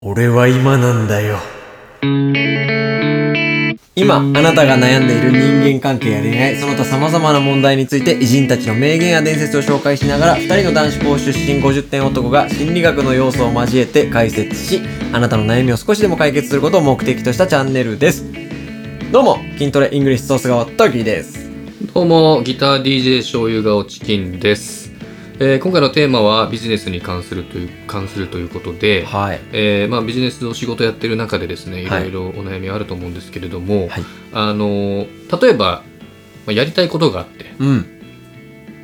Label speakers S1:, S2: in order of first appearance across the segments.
S1: 俺は今なんだよ
S2: 今あなたが悩んでいる人間関係や恋愛その他様々な問題について偉人たちの名言や伝説を紹介しながら2人の男子校出身50点男が心理学の要素を交えて解説しあなたの悩みを少しでも解決することを目的としたチャンネルですどうも筋トレイングリッシュソース側トキーです
S3: どうも、ギター DJ 醤油顔チキンです、えー今回のテーマはビジネスに関するという関するということで、
S2: はい
S3: えーまあ、ビジネスの仕事やってる中でですねい
S2: は
S3: ろ
S2: い
S3: いろお悩みはあると思うんですけれど
S2: は
S3: も、
S2: い
S3: あのー例えば、まあ、やりたいことがあって、
S2: うん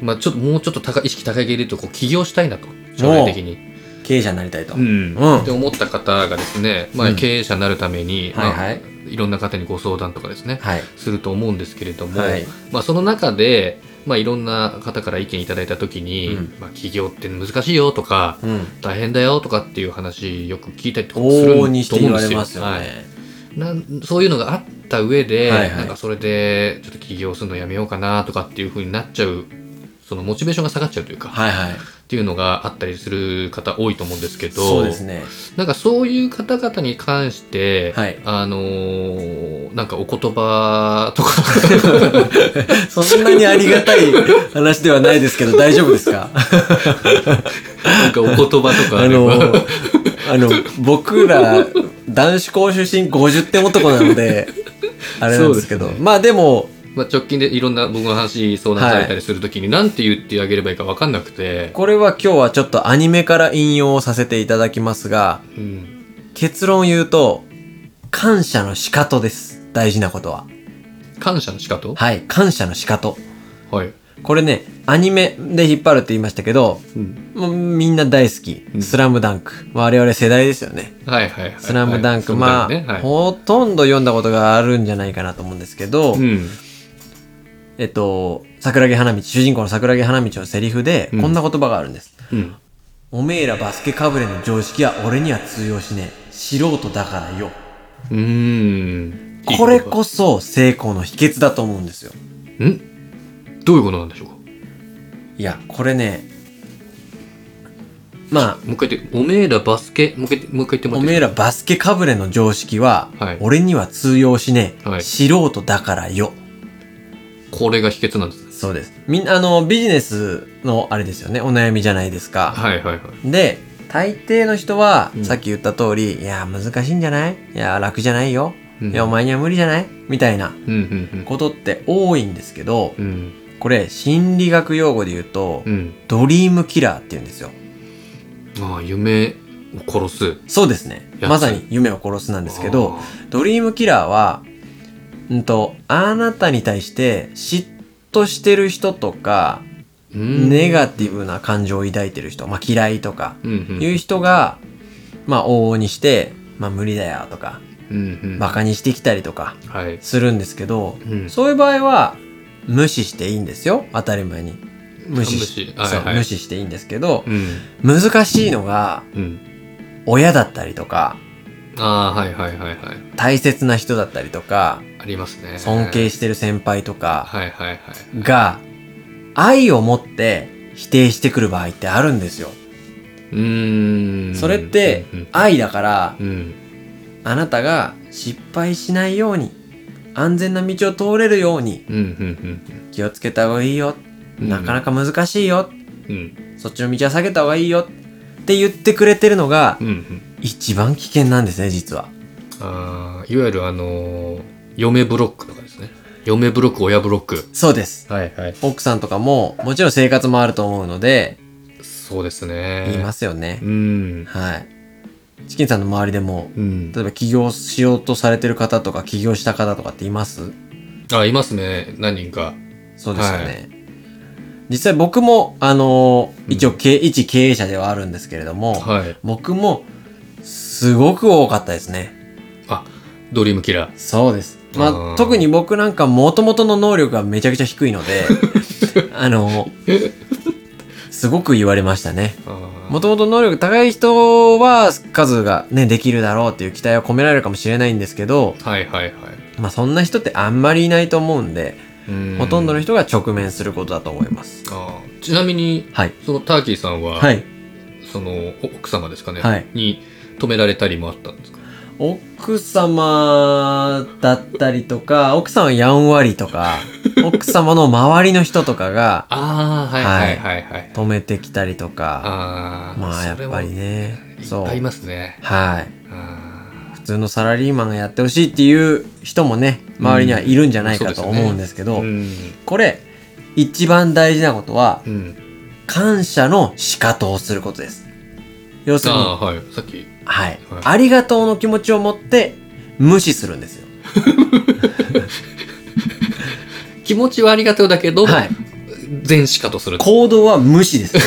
S3: まあ、ちょっともうちょっと高い意識高い系で言うとこう起業したいなと将来的に、
S2: 経営者になりたいと、
S3: うん
S2: うん
S3: って思った方がですね、
S2: う
S3: まあ、
S2: ん
S3: 経営者になるために、
S2: はい
S3: ま
S2: は
S3: あ
S2: い
S3: いろんな方にご相談とかですね、
S2: はい
S3: すると思うんですけれども、
S2: はい
S3: まあ、その中で、まあ、いろんな方から意見いただいた時に、
S2: うん
S3: まあ、起業って難しいよとか、
S2: うん
S3: 大変だよとかっていう話よく聞いたりとかす
S2: 往々
S3: ると思うん
S2: に
S3: で
S2: し
S3: すよ
S2: て言われますよね、
S3: はいなんそういうのがあった上で、
S2: はいはい
S3: なんかそれでちょっと起業するのやめようかなとかっていうふうになっちゃうそのモチベーションが下がっちゃうというか、
S2: はいはい
S3: っていうのがあったりする方多いと思うんですけど
S2: そうですね
S3: なんかそういう方々に関して、
S2: はい
S3: あのーなんかお言葉とか
S2: そんなにありがたい話ではないですけど大丈夫ですか
S3: なんかお言葉とかあ
S2: あ
S3: れ
S2: の
S3: ば、
S2: あの、僕ら、男子校出身50点男なので、あれなんですけど、
S3: そうです
S2: まあでも、
S3: まあ、直近でいろんな僕の話相談されたりするときに、なんて言ってあげればいいか分かんなくて、
S2: これは今日はちょっとアニメから引用をさせていただきますが、
S3: うん、
S2: 結論を言うと、感謝の仕方です。大事なことは。
S3: 感謝の仕方
S2: はい、感謝の仕方。
S3: はい、
S2: これね、アニメで引っ張るって言いましたけど、
S3: うん、
S2: もうみんな大好き。
S3: うん
S2: スラムダンク。我々世代ですよね。
S3: はいはいはい
S2: スラムダンク。
S3: はい
S2: まあ、
S3: スラムダンクねはい
S2: ほとんど読んだことがあるんじゃないかなと思うんですけど、
S3: うん
S2: えっと、桜木花道、主人公の桜木花道のセリフで、
S3: うん
S2: こんな言葉があるんです。
S3: うん、
S2: おめえらバスケかぶれの常識は俺には通用しねえ。素人だからよ。
S3: うーん
S2: これこそ成功の秘訣だと思うんですよ。
S3: んどういうことなんでしょうか
S2: いや、これね、ま
S3: もう一回言って、おめえらバスケ、もう一回もう一回言って
S2: あ、
S3: もら
S2: お
S3: ってい
S2: め
S3: い
S2: えらバスケかぶれの常識は
S3: はい、
S2: 俺には通用しねえ。
S3: はい
S2: 素人だからよ。
S3: ですかこれが秘訣なんですね。
S2: そうです。みんな、あの、ビジネスのあれですよね。お悩みじゃないですか。
S3: はいはいはい。
S2: で大抵の人は、
S3: うん
S2: さっき言った通り「いや難しいんじゃないいや楽じゃないよ、
S3: うん
S2: いやお前には無理じゃない?」みたいな
S3: うんうん
S2: ことって多いんですけど
S3: うん。うん
S2: これ心理学用語で言うと、
S3: うん。
S2: ドリームキラーって言うんですよ
S3: ああ、夢を殺す。
S2: そうですね
S3: やつ
S2: まさに夢を殺すなんですけど
S3: あ
S2: ドリームキラーはうんとあなたに対して嫉妬してる人とか、
S3: ー、うん
S2: ネガティブな感情を抱いてる人、まあ、嫌いとか
S3: うんうん
S2: いう人が、まあ往々にして、まあ無理だよとか、
S3: うんうん。
S2: バカにしてきたりとか
S3: はい。
S2: するんですけど、
S3: うん
S2: そういう場合は無視していいんですよ。当たり前に。無視し
S3: 無視はいはい
S2: そう無視していいんですけど
S3: う、ん。
S2: 難しいのが
S3: うん。
S2: 親だったりとか、
S3: ああ、はいはいはいはい。
S2: 大切な人だったりとか、
S3: ありますね。
S2: 尊敬してる先輩とか
S3: はいはいはい。
S2: が、愛を持って否定してくる場合ってあるんですよ。
S3: うーん。
S2: それって
S3: うん
S2: 愛だから
S3: う、ん。
S2: あなたが失敗しないように、安全な道を通れるように
S3: うんうん
S2: 気をつけた方がいいよ。
S3: うん
S2: なかなか難しいよ。
S3: うん。うん
S2: そっちの道は下げた方がいいよって言ってくれてるのが
S3: うんうん。
S2: 一番危険なんですね、実は。
S3: ああ、いわゆるあのー、嫁ブロックとかですね。嫁ブロック、親ブロック。
S2: そうです。
S3: はいはい。
S2: 奥さんとかも、もちろん生活もあると思うので、
S3: そうですね。。
S2: 言いますすよね
S3: う。ん。
S2: はい。チキンさんの周りでも、
S3: うん
S2: 例えば起業しようとされてる方とか、起業した方とかっています
S3: あ、いますね。何人か。
S2: そうですよ
S3: は
S2: ね。実際僕も、あのー
S3: うん
S2: 一応経、一経営者ではあるんですけれども、
S3: はい。
S2: 僕も、すごく多かったですね。
S3: あ、ドリームキラー。
S2: そうです。ま
S3: う
S2: あ、
S3: ん
S2: 特に僕なんか元々の能力がめちゃくちゃ低いの で、あの、すごく言われましたね。
S3: あー
S2: 元々能力高い人は数がね、できるだろうっていう期待は込められるかもしれないんですけど、
S3: はいはいはい。
S2: まあそんな人ってあんまりいないと思うんで、
S3: うん
S2: ほとんどの人が直面することだと思います。
S3: あーちなみに、
S2: はい。
S3: そのターキーさんは、
S2: はい。
S3: そのお奥様ですかね、
S2: はい
S3: に止められたりもあったんですか
S2: 奥様だったりとか、奥さんはやんわりと か、奥様の周りの人とかが
S3: ああ、はいはいはいはい。
S2: 止めてきたりとか、
S3: ああ、
S2: まあやっ
S3: それ
S2: ぱ
S3: は
S2: りね、
S3: いっ
S2: そう
S3: ぱ。いいますね。
S2: はい。
S3: あ
S2: 普通のサラリーマンがやってほしいっていう人もね、周りにはいるんじゃないかと
S3: うんそうですよね
S2: 思うんですけ
S3: ー
S2: ど、
S3: うん。
S2: これ、一番大事なことは、
S3: うん。
S2: 感謝の仕方をすることです。要す
S3: あ
S2: るに、
S3: あ、はい。さっき。
S2: はい
S3: はい。
S2: ありがとうの気持ちを持って、無視するんですよ。
S3: 気持ちはありがとうだけど、
S2: はい。
S3: 全しかとする。
S2: 行動は無視です。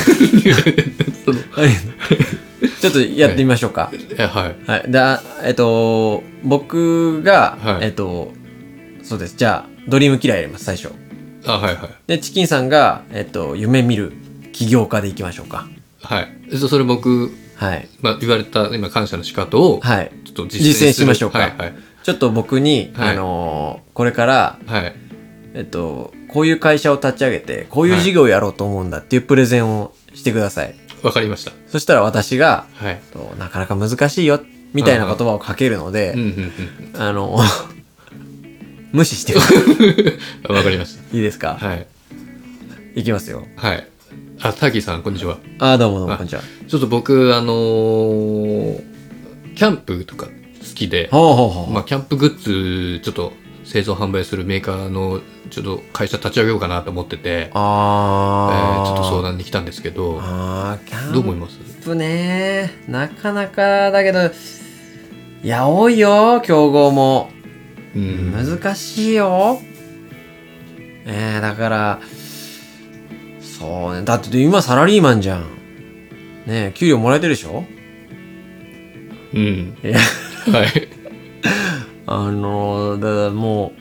S2: はい ちょっとやってみましょうか。
S3: え、はい。
S2: はい。だ、えっと、僕が、
S3: はい
S2: えっと、そうです。じゃあ、ドリームキラーやります、最初。
S3: あはいはい。
S2: で、チキンさんが、えっと、夢見る起業家でいきましょうか。
S3: はい。そそれ僕、
S2: はい。
S3: まあ、言われた今、感謝の仕方を、
S2: はい。
S3: ちょっと実
S2: 実
S3: 践
S2: 践しましょうか
S3: はいはい。
S2: ちょっと僕に、
S3: はい
S2: あのーこれから、
S3: はい。
S2: えっと、こういう会社を立ち上げて、こういう事業をやろうと思うんだっていうプレゼンをしてください。
S3: わかりました。
S2: そしたら私が、
S3: はい。
S2: えっとなかなか難しいよ、みたいな言葉をかけるので、
S3: うんうんうん
S2: あの、 無視してください。
S3: あ。わかりまし
S2: いいですか、
S3: た。はい。
S2: い、きますよ。
S3: はい。あ、ターキーさん、こんにちは。
S2: あーどうもどうも、
S3: あ
S2: こんにちは。
S3: ちょっと僕、あのーキャンプとか好きで、
S2: ほうほうほう。
S3: まあ、キャンプグッズ、ちょっと製造販売するメーカーの、ちょっと会社立ち上げようかなと思ってて、え
S2: あ
S3: ー
S2: ー、
S3: ちょっと相談に来たんですけど、
S2: あー、キャンプ
S3: どう思います
S2: キャンプねなかなかだけどいや多いよ競合も
S3: うん。
S2: 難しいよ、えー、だからそうねだって今サラリーマンじゃんねえ給料もらえてるでしょ
S3: うん。
S2: いや
S3: はい。
S2: あのー、だからも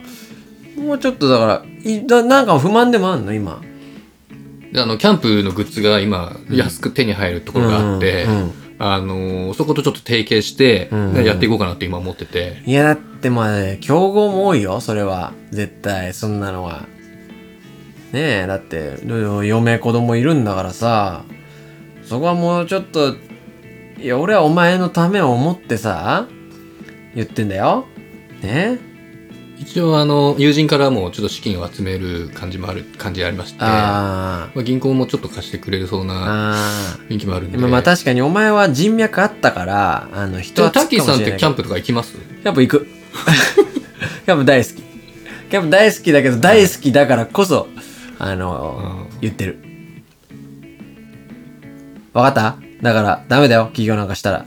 S2: うもうちょっとだからいだなんか不満でもあんの今
S3: であの、キャンプのグッズが今、安く手に入るところがあって、
S2: うんうん
S3: あのーそことちょっと提携して、
S2: うん
S3: ねやっていこうかなって今思ってて。
S2: いやだってまあ、競合も多いよそれは絶対そんなのはねえだって嫁子供いるんだからさそこはもうちょっといや俺はお前のためを思ってさ言ってんだよね
S3: 一応、あの、友人からもちょっと資金を集める感じもある、感じありまして、
S2: あー
S3: まあ、銀行もちょっと貸してくれるそうな
S2: あ
S3: 雰囲気もあるん
S2: ー
S3: で。
S2: まあまあ確かにお前は人脈あったからあの人
S3: でも
S2: は
S3: タッキーさんっ
S2: キ
S3: てキャンプとか行きます
S2: ャンプ行く キャンプ大好きキャンプ大好きだけど大好きだからこそあの、
S3: うん
S2: 言ってるわかっただからダメだよ起業なんかしたら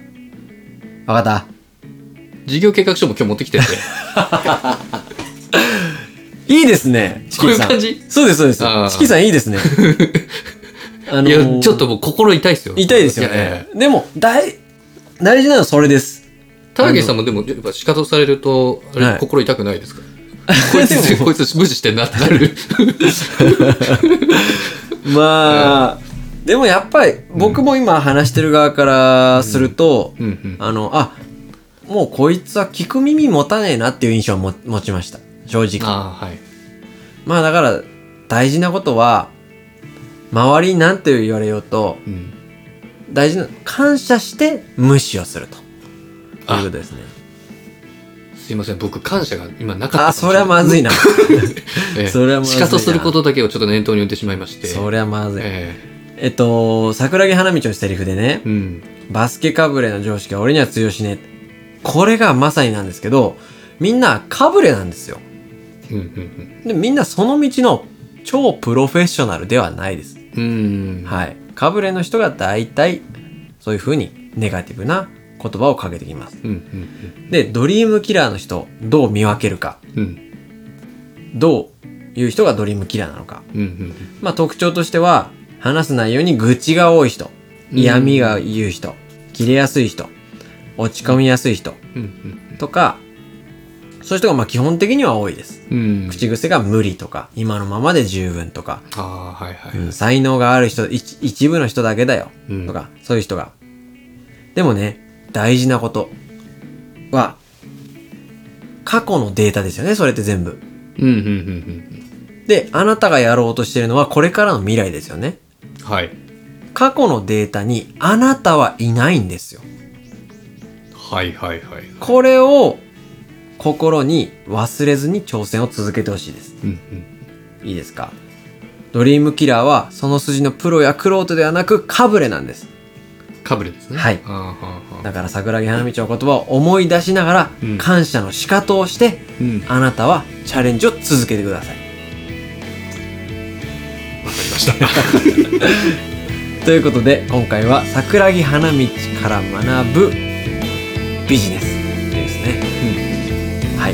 S2: わかった
S3: 事業計画書も今日持ってきてて。
S2: いいですねチキンさん
S3: こういう感じ
S2: そうですそうです
S3: あー
S2: チキンさんいい ですね あ
S3: い
S2: のー
S3: や、ちょっともう心痛いですよ。
S2: 痛いですよ
S3: いや
S2: ね。でも大大事なのはそれです
S3: ターゲーさんもでも、やっぱ仕方されると、あれ、
S2: はい
S3: 心痛くない ですかこい
S2: で
S3: つ、
S2: も
S3: こいつ無視してんなってな る。
S2: まあ、でもやっぱり僕も今話してる側からすると、
S3: うんうん。
S2: あのあもうこいつは聞く耳持たねえなっていう印象をも持ちました正直
S3: ああ、はい。
S2: まあだから大事なことは周りに何て言われようと
S3: うん。
S2: 大事な感謝して無視をするとということですね
S3: すいません、僕、感謝が今なかった。
S2: あそれはまずいな
S3: ええ
S2: それはまずいな
S3: 仕方することだけをちょっと念頭に置いてしまいまして。
S2: それはまずい
S3: え
S2: えっと桜木花道のセリフでね
S3: えうん。
S2: バスケかぶれの常識は俺には通用しねえこれがまさになんですけどみんなかぶれなんですよ
S3: うん、うん、
S2: でみんなその道の超プロフェッショナルではないです
S3: うん。うん。
S2: はい。かぶれの人が大体、そういう風にネガティブな言葉をかけてきます。
S3: うん、うん、
S2: で、ドリームキラーの人、どう見分けるか。
S3: うん。うん、
S2: どういう人がドリームキラーなのか。
S3: うん、うん。
S2: まあ特徴としては、話す内容に愚痴が多い人、嫌味が言う人、切れやすい人、落ち込みやすい人
S3: うん、うん
S2: とか、そういう人がまあ基本的には多いです。
S3: うん。うん。
S2: 口癖が無理とか、今のままで十分とか、
S3: ああ、はい、は
S2: うん
S3: い。
S2: 才能がある人一、一部の人だけだよ。
S3: うん
S2: とか、そういう人が。でもね、大事なことは、過去のデータですよね、それって全部。
S3: うん、うん、うん、
S2: で、あなたがやろうとしてるのはこれからの未来ですよね。
S3: うん。はい。
S2: 過去のデータにあなたはいないんですよ。
S3: はいはいはい。
S2: これを心に忘れずに挑戦を続けてほしいです。
S3: うんうん。
S2: いいですかドリームキラーはその筋のプロやクロートではなくカブレなんです。
S3: かぶれですね。
S2: はい
S3: あーはーはー
S2: だから桜木花道の言葉を思い出しながら
S3: うん
S2: 感謝の仕方をして
S3: うん。わか
S2: あなたはチャレンジを続けてください。
S3: りました。
S2: ということで今回は桜木花道から学ぶビジネスですね、はい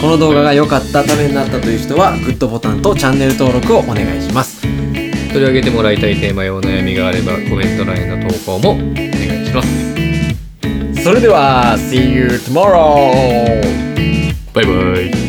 S2: この動画が良かったためになったという人はグッドボタンとチャンネル登録をお願いします
S3: 取り上げてもらいたいテーマやお悩みがあればコメント欄への投稿もお願いします。
S2: それでは See you tomorrow!
S3: バイバイ。